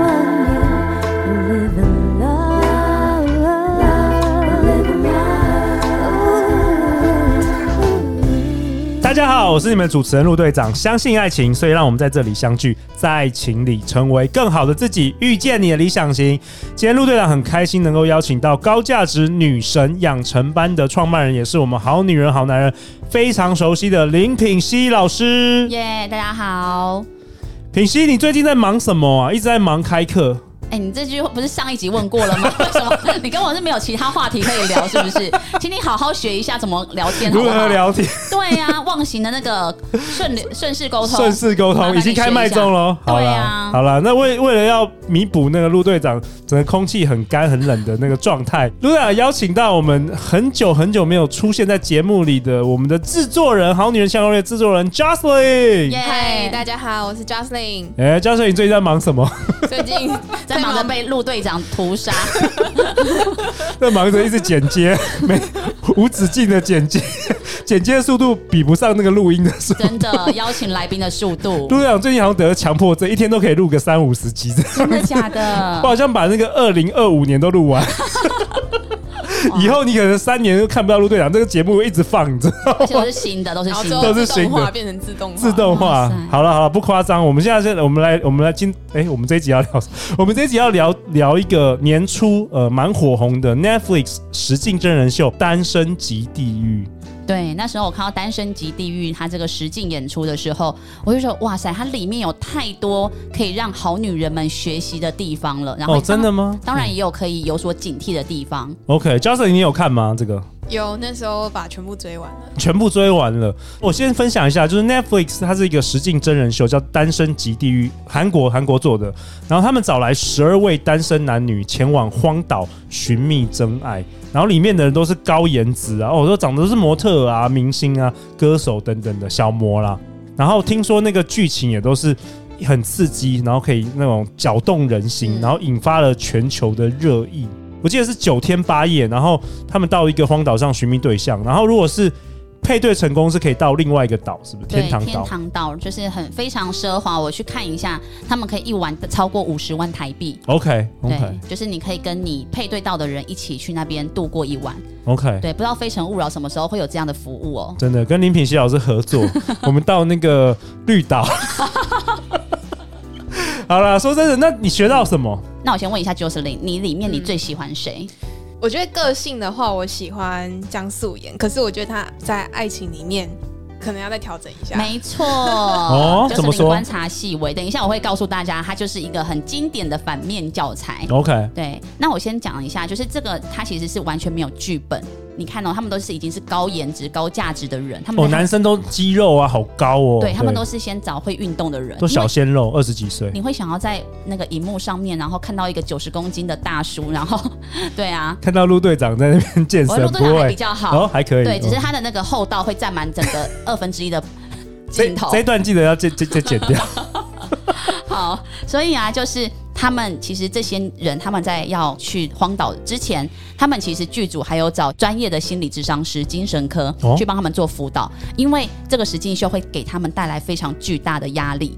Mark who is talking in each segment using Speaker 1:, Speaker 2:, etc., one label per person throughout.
Speaker 1: love you, live in love, live in love.
Speaker 2: 大家好，我是你们主持人陆队长。相信爱情，所以让我们在这里相聚，在爱情里成为更好的自己，遇见你的理想型。今天陆队长很开心能够邀请到高价值女神养成班的创办人，也是我们好女人好男人非常熟悉的林品熙老师。
Speaker 3: 耶大家好。
Speaker 2: 品熙，你最近在忙什么啊？一直在忙开课。
Speaker 3: 哎、你这句不是上一集问过了吗？为什么你跟我是没有其他话题可以聊？是不是？请你好好学一下怎么聊 天好
Speaker 2: 如
Speaker 3: 不好
Speaker 2: 何？啊聊天？
Speaker 3: 对呀、啊，忘形的那个顺流顺势沟通，
Speaker 2: 顺势沟
Speaker 3: 麻
Speaker 2: 通
Speaker 3: 烦
Speaker 2: 已经
Speaker 3: 你学一
Speaker 2: 开麦
Speaker 3: 下
Speaker 2: 中喽。好
Speaker 3: 对
Speaker 2: 啦
Speaker 3: 啊
Speaker 2: 好啦，那为为了要弥补那个陆队长整个空气很干很冷的那个状态，陆队长邀请到我们很久很久没有出现在节目里的我们的制作人《好女人相攻略》制作人 Jocelyn。
Speaker 4: 嗨，
Speaker 3: 耶
Speaker 4: 大家好，我是 Jocelyn。
Speaker 2: 哎、j o c e l y n 你最近在忙什么？
Speaker 4: 最近
Speaker 3: 在忙着被陆队长屠杀，
Speaker 2: 在忙着一直剪接，没无止境的剪接， 剪接的速度比不上那个录音的速度。
Speaker 3: 真的邀请来宾的速度，
Speaker 2: 陆队长最近好像得了强迫症，一天都可以录个三五十集这样。
Speaker 3: 真的假
Speaker 2: 我
Speaker 3: 的？
Speaker 2: 好像把那个二零二五年都录 完。以后你可能三年都看不到陆队长这个节目，一直放着，
Speaker 3: 而且都是新的，都是
Speaker 4: 然后
Speaker 3: 新
Speaker 4: 之
Speaker 3: 的
Speaker 4: 后
Speaker 2: 都是
Speaker 4: 自
Speaker 2: 新
Speaker 4: 动
Speaker 2: 的
Speaker 4: 化变成自动化
Speaker 2: 自动化
Speaker 3: 哇塞。
Speaker 2: 好了好了，不夸张。我们现在是，我们来我们来今哎、我们这一集要聊什么， 我们这一集要聊聊一个年初呃蛮火红的 Netflix 实境真人秀《单身即地狱》。
Speaker 3: 对，那时候我看到《单身即地狱》它这个实境演出的时候，我就说哇塞，它里面有太多可以让好女人们学习的地方了。然后
Speaker 2: 哦，真的吗
Speaker 3: 当然也有可以有所警惕的地方。
Speaker 2: ？OK，Justin，你有看吗？这个？
Speaker 4: 有那时候把全部追完了，
Speaker 2: 全部追完了。我先分享一下，就是 Netflix 它是一个实境真人秀，叫《单身即地狱》，韩国韩国做的。然后他们找来十二位单身男女前往荒岛寻觅真爱，然后里面的人都是高颜值啊，哦，都长得都是模特啊、明星啊、歌手等等的小模啦。然后听说那个剧情也都是。很刺激，然后可以那种搅动人心，
Speaker 3: 嗯
Speaker 2: 然后引发了全球的热议。我记得是九天八夜，然后他们到一个荒岛上寻觅对象，然后如果是配对成功，是可以到另外一个岛，是不是？
Speaker 3: 对，
Speaker 2: 天堂
Speaker 3: 天
Speaker 2: 岛。
Speaker 3: 堂岛就是很非常奢华。我去看一下，他们可以一晚超过五十万台币。
Speaker 2: OK
Speaker 3: 对
Speaker 2: OK
Speaker 3: 就是你可以跟你配对到的人一起去那边度过一晚。
Speaker 2: OK，
Speaker 3: 对，不知道《非诚勿扰》什么时候会有这样的服务哦。
Speaker 2: 真的跟林品熙老师合 作，我们到那个绿岛。 好啦，说真的，那你学到什么？
Speaker 3: 那我先问一下 Jocelyn，你里面你最喜欢谁？
Speaker 4: 我觉得个性的话，我喜欢江素妍，可是我觉得她在爱情里面可能要再调整一下。
Speaker 3: 没错，
Speaker 2: 哦怎
Speaker 3: 就是
Speaker 2: 么
Speaker 3: 你
Speaker 2: 说
Speaker 3: 观察细微。等一下我会告诉大家，它就是一个很经典的反面教材。
Speaker 2: OK，
Speaker 3: 对，那我先讲一下，就是这个它其实是完全没有剧本。你看哦，他们都是已经是高颜值、高价值的人，他们
Speaker 2: 哦，
Speaker 3: 在
Speaker 2: 男生都肌肉啊，好高哦。
Speaker 3: 嗯对他们都是先找会运动的人，
Speaker 2: 都小
Speaker 3: 因为
Speaker 2: 鲜肉，二十几岁。
Speaker 3: 你会想要在那个荧幕上面，然后看到一个九十公斤的大叔， 然后对啊，
Speaker 2: 看到陆队长在那边健
Speaker 3: 我
Speaker 2: 身
Speaker 3: 陆，队
Speaker 2: 不
Speaker 3: 长还比
Speaker 2: 会
Speaker 3: 较好，
Speaker 2: 哦，还可以。
Speaker 3: 对，只是
Speaker 2: 哦
Speaker 3: 他的那个后道会占满整个二分之一的
Speaker 2: 这
Speaker 3: 镜头
Speaker 2: 这。一段记得要剪剪剪剪 掉。
Speaker 3: 好，所以啊，就是他们其实这些人他们在要去荒岛之前，他们其实剧组还有找专业的心理智商师、精神科、
Speaker 2: 哦
Speaker 3: 去帮他们做辅导，因为这个实境秀会给他们带来非常巨大的压力。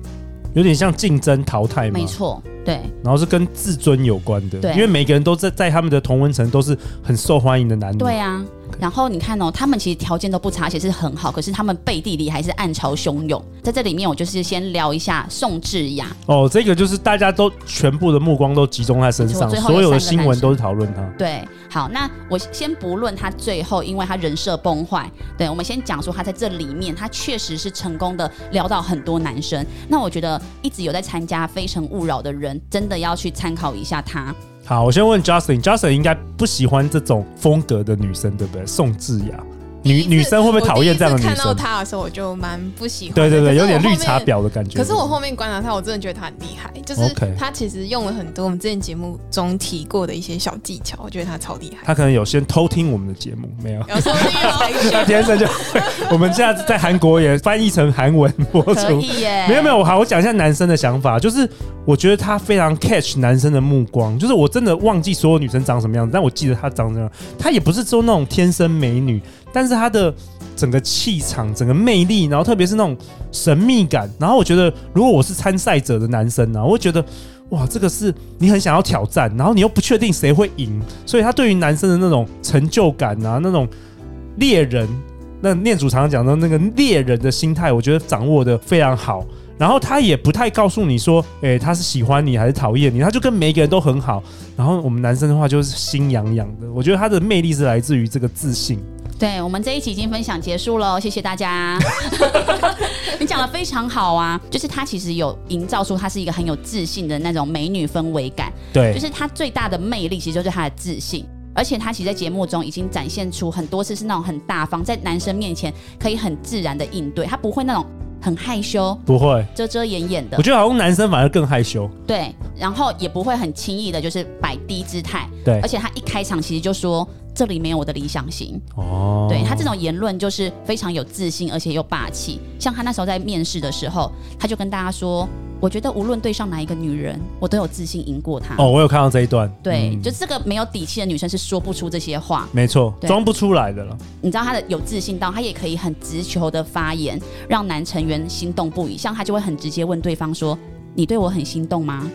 Speaker 2: 有点像竞争淘汰嘛
Speaker 3: 没，错，对
Speaker 2: 然后是跟自尊有关的，
Speaker 3: 对
Speaker 2: 因为每个人都在在他们的同温层都是很受欢迎的男女，
Speaker 3: 对啊。然后你看哦，他们其实条件都不差，而且是很好，可是他们背地里还是暗潮汹涌。在这里面，我就是先聊一下宋智雅，
Speaker 2: 哦，这个就是大家都全部的目光都集中在身上，
Speaker 3: 没错最后
Speaker 2: 所有的
Speaker 3: 有三
Speaker 2: 新
Speaker 3: 个
Speaker 2: 闻都是讨论他。
Speaker 3: 对，好，那我先不论他最后，因为他人设崩坏，对我们先讲说他在这里面，他确实是成功的撩到很多男生。那我觉得一直有在参加《非诚勿扰》的人，真的要去参考一下他。
Speaker 2: 好，我先问 Justin，Justin 应该不喜欢这种风格的女生，对不对？宋智雅，女女生会不会讨厌这样的
Speaker 4: 我第
Speaker 2: 女
Speaker 4: 一次看到
Speaker 2: 生？
Speaker 4: 他的时候，我就蛮不喜欢的。
Speaker 2: 对对
Speaker 4: 可
Speaker 2: 对，
Speaker 4: 是
Speaker 2: 有
Speaker 4: 我
Speaker 2: 点
Speaker 4: 后
Speaker 2: 绿
Speaker 4: 面
Speaker 2: 茶。婊的感觉。
Speaker 4: 可是我后面观察他，我真的觉得他很厉害，就是
Speaker 2: OK
Speaker 4: 他其实用了很多我们之前节目中提过的一些小技巧，我觉得他超厉 害。？
Speaker 2: 他可能有先偷听我们的节目，没有
Speaker 4: 有时候那个
Speaker 2: 他天生就 会。我们下次在韩国也翻译成韩文播
Speaker 3: 可
Speaker 2: 出。
Speaker 3: 以耶，
Speaker 2: 没有没 有，我好，我讲一下男生的想法，就是我觉得他非常 catch 男生的目光，就是我真的忘记所有女生长什么样子，但我记得她长什么样，她也不是说那种天生美女，但是她的整个气场、整个魅力，然后特别是那种神秘感，然后我觉得如果我是参赛者的男生呢、我会觉得。哇，这个是你很想要挑战，然后你又不确定谁会赢，所以他对于男生的那种成就感啊，那种猎人，那念祖常常讲的那个猎人的心态，我觉得掌握的非常好。然后他也不太告诉你说，诶、他是喜欢你还是讨厌你，他就跟每一个人都很好。然后我们男生的话就是心痒痒的，我觉得他的魅力是来自于这个自信。
Speaker 3: 对我们这一期已经分享结束喽，谢谢大家。你讲的非常好啊，就是她其实有营造出她是一个很有自信的那种美女氛围感，
Speaker 2: 对，
Speaker 3: 就是她最大的魅力其实就是她的自信。而且她其实，在节目中已经展现出很多次是那种很大方，在男生面前可以很自然的应对，她不会那种很害羞、
Speaker 2: 不会，
Speaker 3: 遮遮掩掩的
Speaker 2: 我，觉得好像男生反而更害羞。
Speaker 3: 对，然后也不会很轻易的就是摆低姿态。
Speaker 2: 对
Speaker 3: 而，且她一开场其实就说：“这里没有我的理想型。”
Speaker 2: 哦
Speaker 3: 对他这种言论就是非常有自信，而且又霸气。像他那时候在面试的时候，他就跟大家说：“我觉得无论对上哪一个女人，我都有自信赢过她。”
Speaker 2: 哦，，我有看到这一段，
Speaker 3: 对，
Speaker 2: 嗯
Speaker 3: 就这个没有底气的女生是说不出这些话。
Speaker 2: 没错，
Speaker 3: 对
Speaker 2: 装不出来的了。
Speaker 3: 你知道她的有自信到，她也可以很直球的发言，让男成员心动不已。像她就会很直接问对方说：“你对我很心动吗？”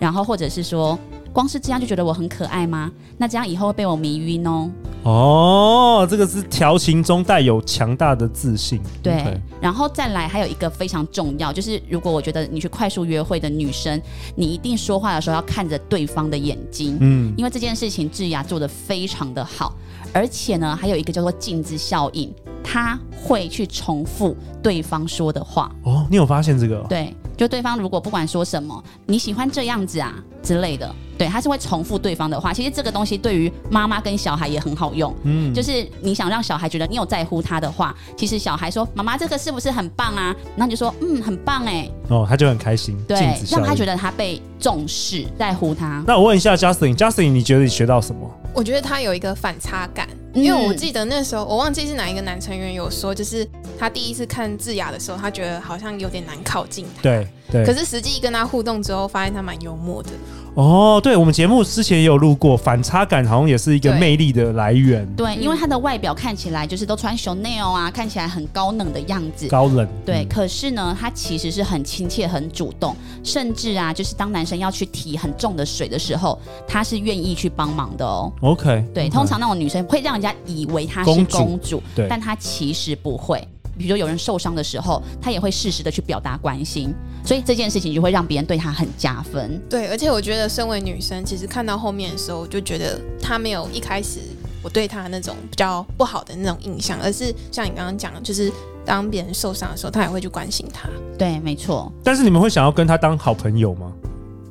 Speaker 3: 然后或者是说。光是这样就觉得我很可爱吗？那这样以后会被我迷晕哦。
Speaker 2: 哦，这个是调情中带有强大的自信。
Speaker 3: 对
Speaker 2: OK
Speaker 3: 然后再来还有一个非常重要，就是如果我觉得你去快速约会的女生，你一定说话的时候要看着对方的眼睛，
Speaker 2: 嗯，
Speaker 3: 因为这件事情智雅做的非常的好，而且呢还有一个叫做镜子效应，她会去重复对方说的话，
Speaker 2: 哦，你有发现这个哦？
Speaker 3: 对，就对方如果不管说什么，你喜欢这样子啊之类的，对，她是会重复对方的话。其实这个东西对于妈妈跟小孩也很好用，
Speaker 2: 嗯，
Speaker 3: 就是你想让小孩觉得你有在乎他的话，其实小孩说：“妈妈，这个是不是很棒啊？”然后你就说：“嗯，很棒哎。
Speaker 2: 哦，他就很开心”，镜
Speaker 3: 对
Speaker 2: 子，效
Speaker 3: 让他
Speaker 2: 应
Speaker 3: 觉得他被重视，在乎他。
Speaker 2: 那我问一下 Justin，Justin，你觉得你学到什么？
Speaker 4: 我觉得他有一个反差感，
Speaker 3: 嗯
Speaker 4: 因为我记得那时候我忘记是哪一个男成员有说，就是他第一次看智雅的时候，他觉得好像有点难靠近他。
Speaker 2: 对对，
Speaker 4: 可是实际跟他互动之后，发现他蛮幽默的。
Speaker 2: 哦，对我们节目之前也有录过，反差感好像也是一个
Speaker 4: 对
Speaker 2: 魅力的来源，
Speaker 3: 对，
Speaker 4: 嗯
Speaker 3: 因为他的外表看起来就是都穿 Chanel 啊，看起来很高冷的样子。
Speaker 2: 高冷。
Speaker 3: 对，
Speaker 2: 嗯，
Speaker 3: 可是呢，他其实是很亲切、很主动，甚至啊，就是当男生要去提很重的水的时候，他是愿意去帮忙的哦。
Speaker 2: OK，嗯
Speaker 3: 对，
Speaker 2: OK
Speaker 3: 通常那种女生会让人家以为她是
Speaker 2: 公
Speaker 3: 公
Speaker 2: 主
Speaker 3: 主，
Speaker 2: 对
Speaker 3: 但她其实不会。比如说有人受伤的时候，她也会适时的去表达关心，所以这件事情就会让别人对她很加分。
Speaker 4: 对，而且我觉得身为女生，其实看到后面的时候，我就觉得他没有一开始我对他那种比较不好的那种印象，而是像你刚刚讲的，就是当别人受伤的时候，他也会去关心他。
Speaker 3: 对，没错。
Speaker 2: 但是你们会想要跟他当好朋友吗？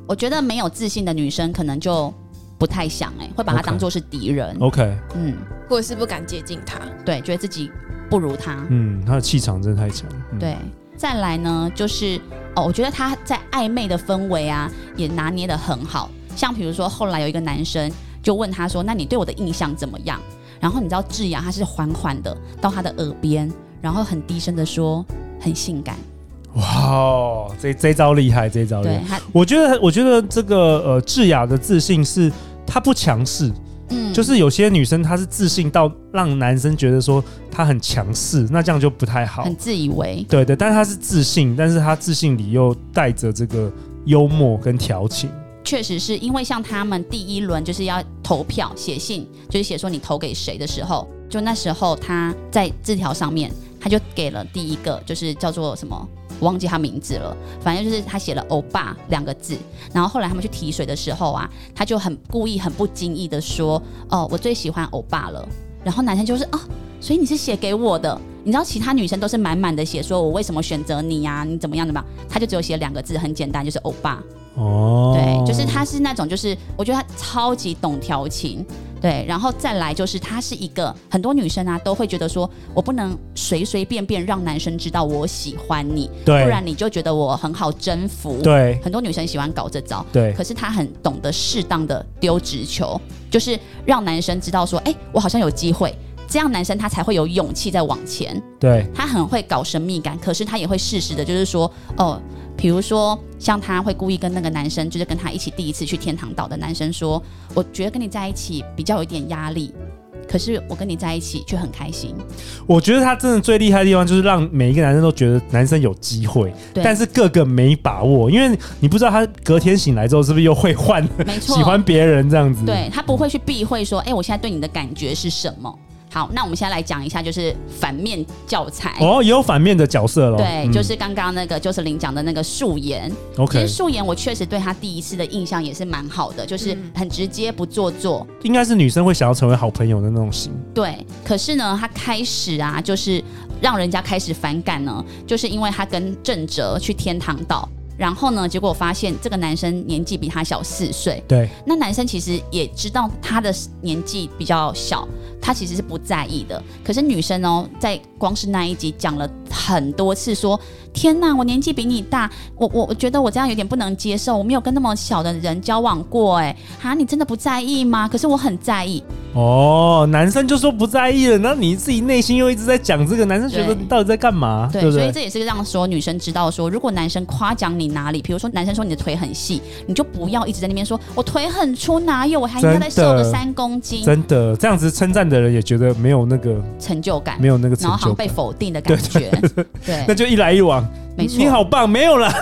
Speaker 3: 我觉得没有自信的女生可能就不太想、欸，会把她
Speaker 2: OK 哦
Speaker 3: 当做是敌人。
Speaker 2: OK，
Speaker 3: 嗯，
Speaker 4: 或者是不敢接近他，
Speaker 3: 对，觉得自己不如她。
Speaker 2: 嗯，他的气场真的太强。嗯，
Speaker 3: 对，再来呢，就是哦，我觉得他在暧昧的氛围啊，也拿捏的很好。像比如说，后来有一个男生就问他说：“那你对我的印象怎么样？”然后你知道智雅，她是缓缓的到他的耳边，然后很低声的说：“很性感。
Speaker 2: 哇哦，这这招厉害，这招厉
Speaker 3: 对
Speaker 2: 害。
Speaker 3: 他，
Speaker 2: 我觉得，我觉得这个呃，智雅的自信是她不强势，
Speaker 3: 嗯，
Speaker 2: 就是有些女生她是自信到让男生觉得说她很强势，那这样就不太好。
Speaker 3: 很自以为。
Speaker 2: 对对，但是她是自信，但是她自信里又带着这个幽默跟调情。
Speaker 3: 确实是因为像他们第一轮就是要投票写信，就是写说你投给谁的时候，就那时候他在字条上面他就给了第一个就是叫做什么。我忘记他名字了，反正就是他写了“欧巴”两个字，然后后来他们去提水的时候啊，他就很故意、很不经意的说：“哦，我最喜欢欧巴了。”然后男生就是啊、所以你是写给我的。你知道其他女生都是满满的写说我为什么选择你呀、啊你怎么样的嘛？他就只有写两个字，很简单，就是欧巴。
Speaker 2: 哦，
Speaker 3: 对，就是他是那种，就是我觉得他超级懂调情，对，然后再来就是他是一个很多女生啊都会觉得说我不能随随便便让男生知道我喜欢你，
Speaker 2: 对
Speaker 3: 不然你就觉得我很好征服。，
Speaker 2: 对
Speaker 3: 很多女生喜欢搞这招。
Speaker 2: 对
Speaker 3: 可是他很懂得适当的丢直球，就是让男生知道说，哎、我好像有机会，这样男生他才会有勇气再往前。
Speaker 2: 对
Speaker 3: 他很会搞神秘感，可是他也会适时的，就是说，哦，比如说像他会故意跟那个男生，就是跟他一起第一次去天堂岛的男生说，我觉得跟你在一起比较有一点压力，可是我跟你在一起却很 开心。
Speaker 2: 我觉得他真的最厉害的地方就是让每一个男生都觉得男生有机会，
Speaker 3: 对
Speaker 2: 但是个个没把握，因为你不知道他隔天醒来之后是不是又会换
Speaker 3: 没错，
Speaker 2: 喜欢别人这样子。
Speaker 3: 对他不会去避讳说，哎、我现在对你的感觉是什么？好，那我们现在来讲一下，就是反面教材。
Speaker 2: 哦，也有反面的角色咯。
Speaker 3: 对，
Speaker 2: 嗯
Speaker 3: 就是刚刚那个就是林讲的那个素颜，其
Speaker 2: OK，
Speaker 3: 实素颜我确实对他第一次的印象也是蛮好的，就是
Speaker 4: 嗯
Speaker 3: 很直接不做作，
Speaker 2: 应该是女生会想要成为好朋友的那种型。
Speaker 3: 对，可是呢，他开始啊，就是让人家开始反感呢，就是因为他跟郑哲去天堂岛，然后呢，结果发现这个男生年纪比他小四岁，
Speaker 2: 对
Speaker 3: 那男生其实也知道他的年纪比较小，他其实是不在意的。可是女生哦，在光是那一集讲了很多次说：“天呐，我年纪比你大，我我我觉得我这样有点不能接受，我没有跟那么小的人交往过，哎，哈，你真的不在意吗？可是我很在意。”
Speaker 2: 哦，男生就说不在意了，那你自己内心又一直在讲这个，男生觉得
Speaker 3: 对
Speaker 2: 你到底在干嘛？
Speaker 3: 对，
Speaker 2: 不
Speaker 3: 所以
Speaker 2: 对？
Speaker 3: 这也是让所有女生知道说，如果男生夸奖你哪里，比如说男生说你的腿很细，你就不要一直在那边说我腿很粗，哪有我还应该再瘦
Speaker 2: 真的
Speaker 3: 个三公斤，
Speaker 2: 真的这样子称赞的人也觉得没有那个
Speaker 3: 成就感
Speaker 2: 没，有那个
Speaker 3: 然
Speaker 2: 成
Speaker 3: 后好像
Speaker 2: 就
Speaker 3: 被
Speaker 2: 感，
Speaker 3: 否定的 感觉。对
Speaker 2: 那就一来一往。
Speaker 3: 哎没错
Speaker 2: 你好棒，没有啦。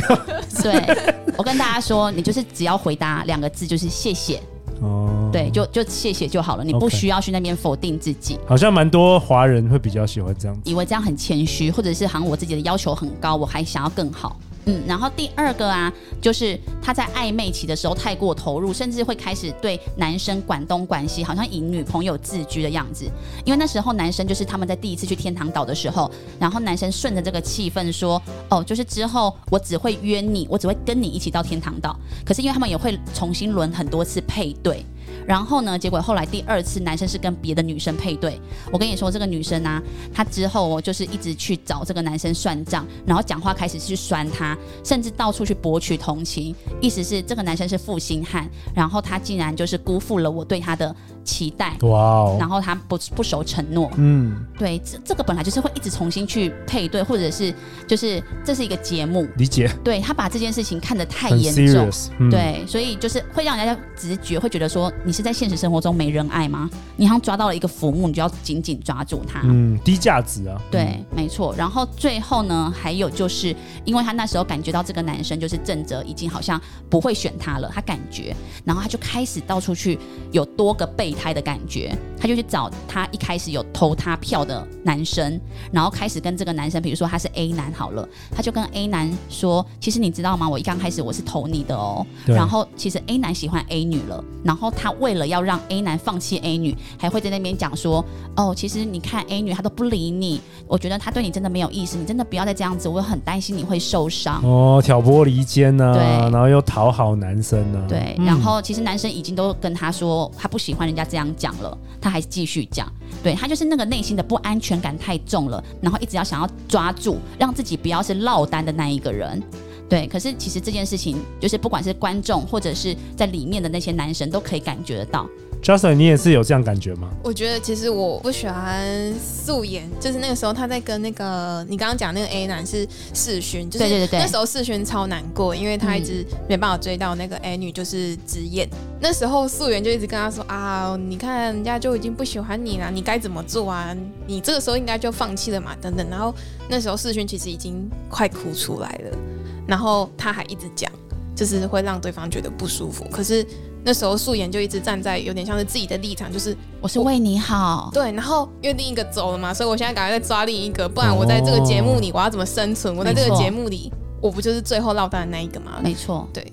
Speaker 3: 对，我跟大家说，你就是只要回答两个字，就是谢谢，
Speaker 2: 哦，
Speaker 3: 对，就就谢谢就好了，你
Speaker 2: OK
Speaker 3: 不需要去那边否定自己。
Speaker 2: 好像蛮多华人会比较喜欢这样子。
Speaker 3: 以为这样很谦虚，或者是好像我自己的要求很高，我还想要更好。嗯，然后第二个啊，就是他在暧昧期的时候太过投入，甚至会开始对男生管东管西，好像以女朋友自居的样子。因为那时候男生就是他们在第一次去天堂岛的时候，然后男生顺着这个气氛说，哦，就是之后我只会约你，我只会跟你一起到天堂岛。可是因为他们也会重新轮很多次配对，然后呢，结果后来第二次男生是跟别的女生配对。我跟你说，这个女生啊，她之后哦，就是一直去找这个男生算账，然后讲话开始去酸他，甚至到处去博取同情，意思是这个男生是负心汉，然后他竟然就是辜负了我对他的期待。
Speaker 2: 哇
Speaker 3: 然
Speaker 2: 哦，
Speaker 3: 后他不不守承诺，
Speaker 2: 嗯，
Speaker 3: 对，这这个本来就是会一直重新去配对，或者是就是这是一个节目，
Speaker 2: 理解，
Speaker 3: 对他把这件事情看得太
Speaker 2: 很
Speaker 3: 严重，
Speaker 2: serious，嗯，
Speaker 3: 对，所以就是会让人家直觉会觉得说你是在现实生活中没人爱吗？你好像抓到了一个浮木，你就要紧紧抓住它。
Speaker 2: 嗯，低价值啊，
Speaker 3: 对，没错。然后最后呢，还有就是，因为他那时候感觉到这个男生就是郑哲已经好像不会选他了，他感觉，然后他就开始到处去有多个备胎的感觉，他就去找他一开始有投他票的男生，然后开始跟这个男生，比如说他是 A 男好了，他就跟 A 男说，其实你知道吗？我一刚开始我是投你的哦，
Speaker 2: 嗯对
Speaker 3: 然后其实 A 男喜欢 A 女了，然后他为了要让 A 男放弃 A 女，还会在那边讲说，哦，其实你看 A 女她都不理你，我觉得她对你真的没有意思，你真的不要再这样子，我很担心你会受伤。
Speaker 2: 哦，挑拨离间呐、
Speaker 3: 对
Speaker 2: 然后又讨好男生呐、
Speaker 3: 对，
Speaker 2: 嗯
Speaker 3: 然后其实男生已经都跟他说他不喜欢人家这样讲了，他还继续讲。对他就是那个内心的不安全感太重了，然后一直要想要抓住，让自己不要是落单的那一个人。对，可是其实这件事情，就是不管是观众或者是在里面的那些男生，都可以感觉得到。
Speaker 2: Justin，你也是有这样感觉吗？
Speaker 4: 我觉得其实我不喜欢素颜，就是那个时候他在跟那个你刚刚讲那个 A 男是世勋，就是
Speaker 3: 对对对对
Speaker 4: 那时候世勋超难过，因为他一直没办法追到那个 A 女，就是直眼。那时候素颜就一直跟他说啊，你看人家就已经不喜欢你了，你该怎么做啊？你这个时候应该就放弃了嘛，等等。然后那时候世勋其实已经快哭出来了，然后他还一直讲，就是会让对方觉得不舒服。可是那时候素颜就一直站在有点像是自己的立场，就是
Speaker 3: 我是为你好，
Speaker 4: 对，然后因为另一个走了嘛，所以我现在赶快再抓另一个，不然我在这个节目里我要怎么生存？我在这
Speaker 3: 哦没
Speaker 4: 个
Speaker 3: 错哎
Speaker 4: 节目里，我不就是最后落单的那一个吗？
Speaker 3: 没错。
Speaker 4: 对，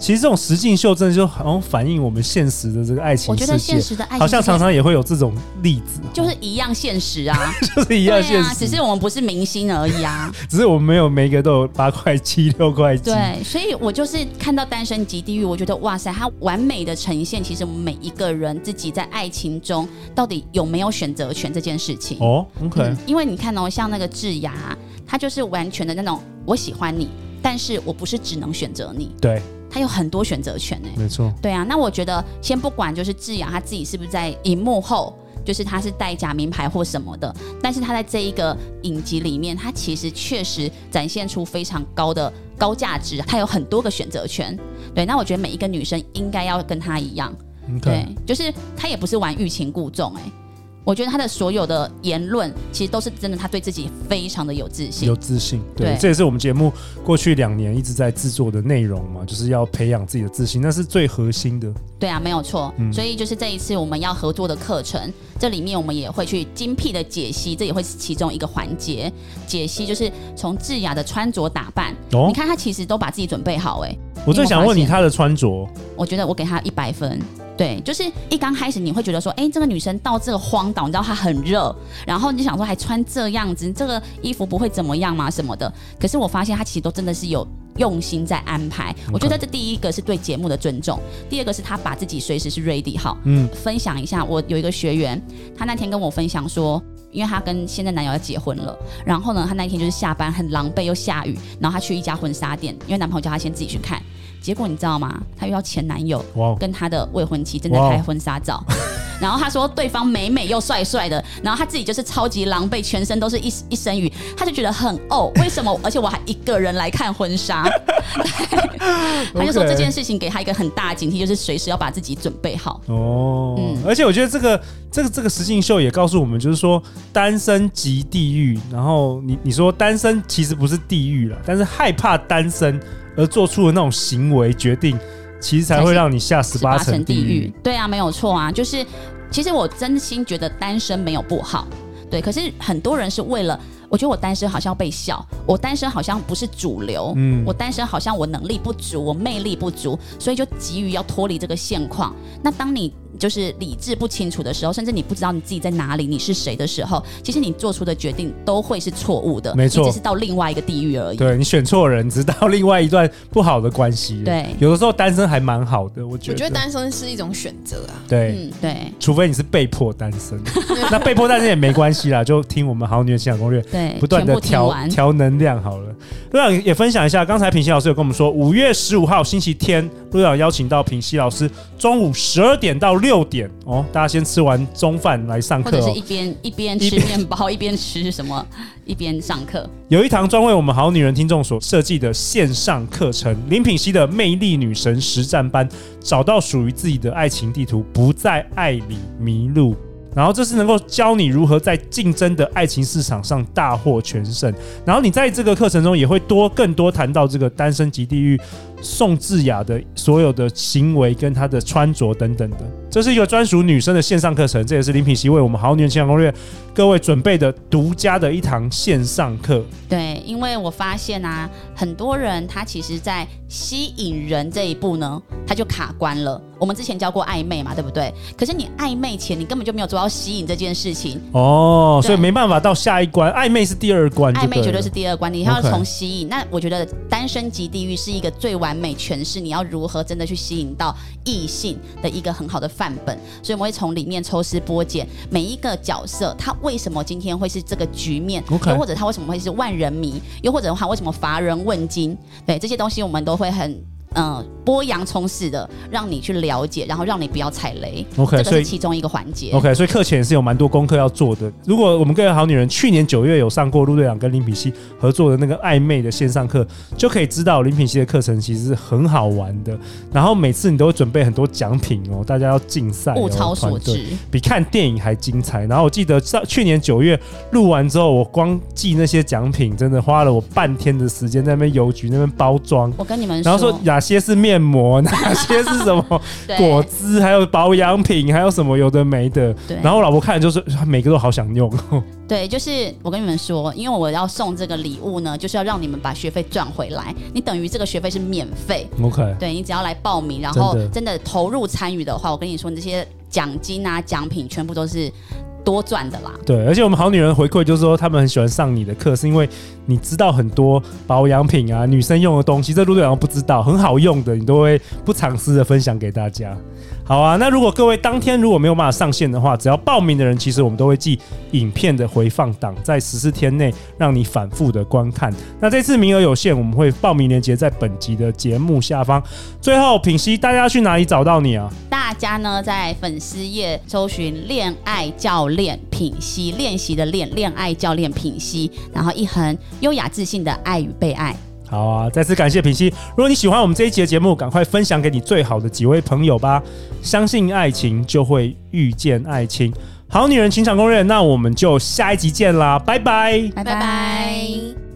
Speaker 2: 其实这种实境秀真的就好像反映我们现实的这个爱情
Speaker 3: 我觉
Speaker 2: 世
Speaker 3: 得
Speaker 2: 界
Speaker 3: 现，实的爱情
Speaker 2: 好像
Speaker 3: 世界
Speaker 2: 常常也会有这种例 子，
Speaker 3: 就是一样现实啊，
Speaker 2: 就是 一
Speaker 3: 一
Speaker 2: 样现
Speaker 3: 啊，只
Speaker 2: 实，
Speaker 3: 是我们不是明星而 已啊。
Speaker 2: 只是我们没有每一个都有八块七六块七，
Speaker 3: 对，所以我就是看到《单身即地狱》，我觉得哇塞，它完美的呈现其实我们每一个人自己在爱情中到底有没有选择权这件事情。
Speaker 2: 哦，OK，
Speaker 3: 嗯因为你看哦，像那个智雅，她就是完全的那种我喜欢你，但是我不是只能选择你，
Speaker 2: 对，
Speaker 3: 她有很多选择权哎。
Speaker 2: 没错，
Speaker 3: 对啊，那我觉得先不管就是智雅她自己是不是在荧幕后，就是她是戴假名牌或什么的，但是她在这一个影集里面，她其实确实展现出非常高的高价值，她有很多个选择权。对，那我觉得每一个女生应该要跟她一样，对
Speaker 2: OK，，
Speaker 3: 就是她也不是玩欲擒故纵哎、我觉得她的所有的言论，其实都是真的，她对自己非常的有自信
Speaker 2: 有。自信，对，
Speaker 3: 对
Speaker 2: 这也是我们节目过去两年一直在制作的内容嘛，就是要培养自己的自信，那是最核心的。
Speaker 3: 对啊，没有错。所以就是这一次我们要合作的课程，这里面我们也会去精辟的解析，这也会是其中一个环节。解析就是从智雅的穿着打扮，
Speaker 2: 哦
Speaker 3: 你看她其实都把自己准备好、哎，
Speaker 2: 我最想问你
Speaker 3: 你有没有发现
Speaker 2: 她的穿着，
Speaker 3: 我觉得我给她一百分。对，就是一刚开始你会觉得说，哎、这个女生到这个荒岛，你知道她很热，然后你就想说还穿这样子，这个衣服不会怎么样吗？什么的。可是我发现她其实都真的是有用心在安排。我觉得这第一个是对节目的尊重，第二个是她把自己随时是 ready 好。
Speaker 2: 嗯，
Speaker 3: 分享一下，我有一个学员，她那天跟我分享说。因为她跟现在男友要结婚了，然后呢，她那天就是下班很狼狈又下雨，然后她去一家婚纱店，因为男朋友叫她先自己去看，结果你知道吗？她遇到前男友
Speaker 2: 哇哦，
Speaker 3: 跟她的未婚妻正在
Speaker 2: 哇哦
Speaker 3: 拍婚纱照，然后她说对方美美又帅帅的，然后她自己就是超级狼狈，全身都是一一身雨，她就觉得很哦，为什么？而且我还一个人来看婚纱，她就说
Speaker 2: OK
Speaker 3: 这件事情给她一个很大的警惕，就是随时要把自己准备好。
Speaker 2: 哦，
Speaker 3: 嗯
Speaker 2: 而且我觉得这个这个这个实境秀也告诉我们，就是说单身即地狱。然后你你说单身其实不是地狱了，但是害怕单身而做出的那种行为决定，其实才
Speaker 3: 才
Speaker 2: 会
Speaker 3: 是
Speaker 2: 让你下十
Speaker 3: 十
Speaker 2: 八
Speaker 3: 八
Speaker 2: 层
Speaker 3: 层
Speaker 2: 地
Speaker 3: 地
Speaker 2: 狱
Speaker 3: 狱。。对啊，没有错啊，就是其实我真心觉得单身没有不好，对。可是很多人是为了，我觉得我单身好像要被笑，我单身好像不是主流，
Speaker 2: 嗯
Speaker 3: 我单身好像我能力不足，我魅力不足，所以就急于要脱离这个现况。那当你就是理智不清楚的时候，甚至你不知道你自己在哪里，你是谁的时候，其实你做出的决定都会是错误的，
Speaker 2: 没错
Speaker 3: 你只是到另外一个地狱而已。
Speaker 2: 对你选错人，直到另外一段不好的关系了。
Speaker 3: 对
Speaker 2: 有的时候单身还蛮好的，我觉得。
Speaker 4: 我觉得单身是一种选择啊，
Speaker 2: 对，
Speaker 3: 嗯，对
Speaker 2: 除非你是被迫单 身，那被迫单身也没关系啦，就听我们《好女人情感攻略》
Speaker 3: 对，
Speaker 2: 不断
Speaker 3: 全
Speaker 2: 的
Speaker 3: 部听
Speaker 2: 调
Speaker 3: 完
Speaker 2: 调能量好了。陆长也分享一下，刚才品熙老师有跟我们说，五月十五号星期天，陆长邀请到品熙老师中午十二点到六点哦，大家先吃完中饭来上
Speaker 3: 或
Speaker 2: 课
Speaker 3: 者是
Speaker 2: 哦
Speaker 3: 一。边一边
Speaker 2: 一
Speaker 3: 吃
Speaker 2: 边
Speaker 3: 面包一边吃什 么，一边上课。
Speaker 2: 有一堂专为我们好女人听众所设计的线上课程——林品熙的魅力女神实战班，找到属于自己的爱情地图，不在爱里迷路。然后这是能够教你如何在竞争的爱情市场上大获全胜。然后你在这个课程中也会多更多谈到这个单身级地狱宋智雅的所有的行为跟她的穿着等等的。这是一个专属女生的线上课程，这也是林品熙为我们好女人情感攻略各位准备的独家的一堂线上课。
Speaker 3: 对，因为我发现啊，很多人他其实，在吸引人这一步呢，他就卡关了。我们之前教过暧昧嘛，对不对？可是你暧昧前，你根本就没有做到吸引这件事情。
Speaker 2: 哦，
Speaker 3: 对
Speaker 2: 所以没办法到下一关，暧昧是第二关就
Speaker 3: 暧
Speaker 2: 对了，
Speaker 3: 昧绝对是第二关，你要
Speaker 2: OK
Speaker 3: 从吸引。那我觉得单身级地狱是一个最完美诠释你要如何真的去吸引到异性的一个很好的范本。所以我们会从里面抽丝剥茧，每一个角色他为什么今天会是这个局面
Speaker 2: OK
Speaker 3: 又或者他为什么会是万人迷，又或者他为什么乏人问津，对这些东西我们都会很。嗯，剥洋葱式的让你去了解，然后让你不要踩雷
Speaker 2: OK，
Speaker 3: 这个
Speaker 2: 所以
Speaker 3: 是其中一个环节。
Speaker 2: OK，所以课前也是有蛮多功课要做的。如果我们各位好女人去年九月有上过陆队长跟林品熙合作的那个暧昧的线上课，就可以知道林品熙的课程其实是很好玩的。然后每次你都会准备很多奖品哦，大家要竞赛、哦，
Speaker 3: 物超所
Speaker 2: 团队
Speaker 3: 值，
Speaker 2: 比看电影还精彩。然后我记得上去年九月录完之后，我光记那些奖品，真的花了我半天的时间在那边邮局那边包装。
Speaker 3: 我跟你们
Speaker 2: 然后说雅些是面膜， 哪些是什么
Speaker 3: 对
Speaker 2: 果汁，还有保养品，还有什么有的没的。
Speaker 3: 对
Speaker 2: 然后我老婆看了就是每个都好想用，
Speaker 3: 对，就是我跟你们说，因为我要送这个礼物呢，就是要让你们把学费赚回来。你等于这个学费是免费，
Speaker 2: OK，
Speaker 3: 对你只要来报名，然后
Speaker 2: 真的
Speaker 3: 真的投入参与的话，我跟你说，你这些奖金啊、奖品全部都是多赚的啦。
Speaker 2: 对，而且我们好女人回馈就是说，他们很喜欢上你的课，是因为你知道很多保养品啊、女生用的东西，这陆队长不知道，很好用的，你都会不藏私的分享给大家。好啊，那如果各位当天如果没有办法上线的话，只要报名的人，其实我们都会寄影片的回放档，在十四天内让你反复的观看。那这次名额有限，我们会报名链接在本集的节目下方。最后，品熙，大家要去哪里找到你啊？
Speaker 3: 大家呢在粉丝页搜寻“恋爱教练品析”，练习的练，恋爱教练品析，然后一横优雅自信的爱与被爱。
Speaker 2: 好啊，再次感谢品熙。如果你喜欢我们这一集的节目，赶快分享给你最好的几位朋友吧。相信爱情，就会遇见爱情。好女人情场攻略，那我们就下一集见啦，拜拜。
Speaker 3: 拜
Speaker 4: 拜
Speaker 3: 拜
Speaker 4: 拜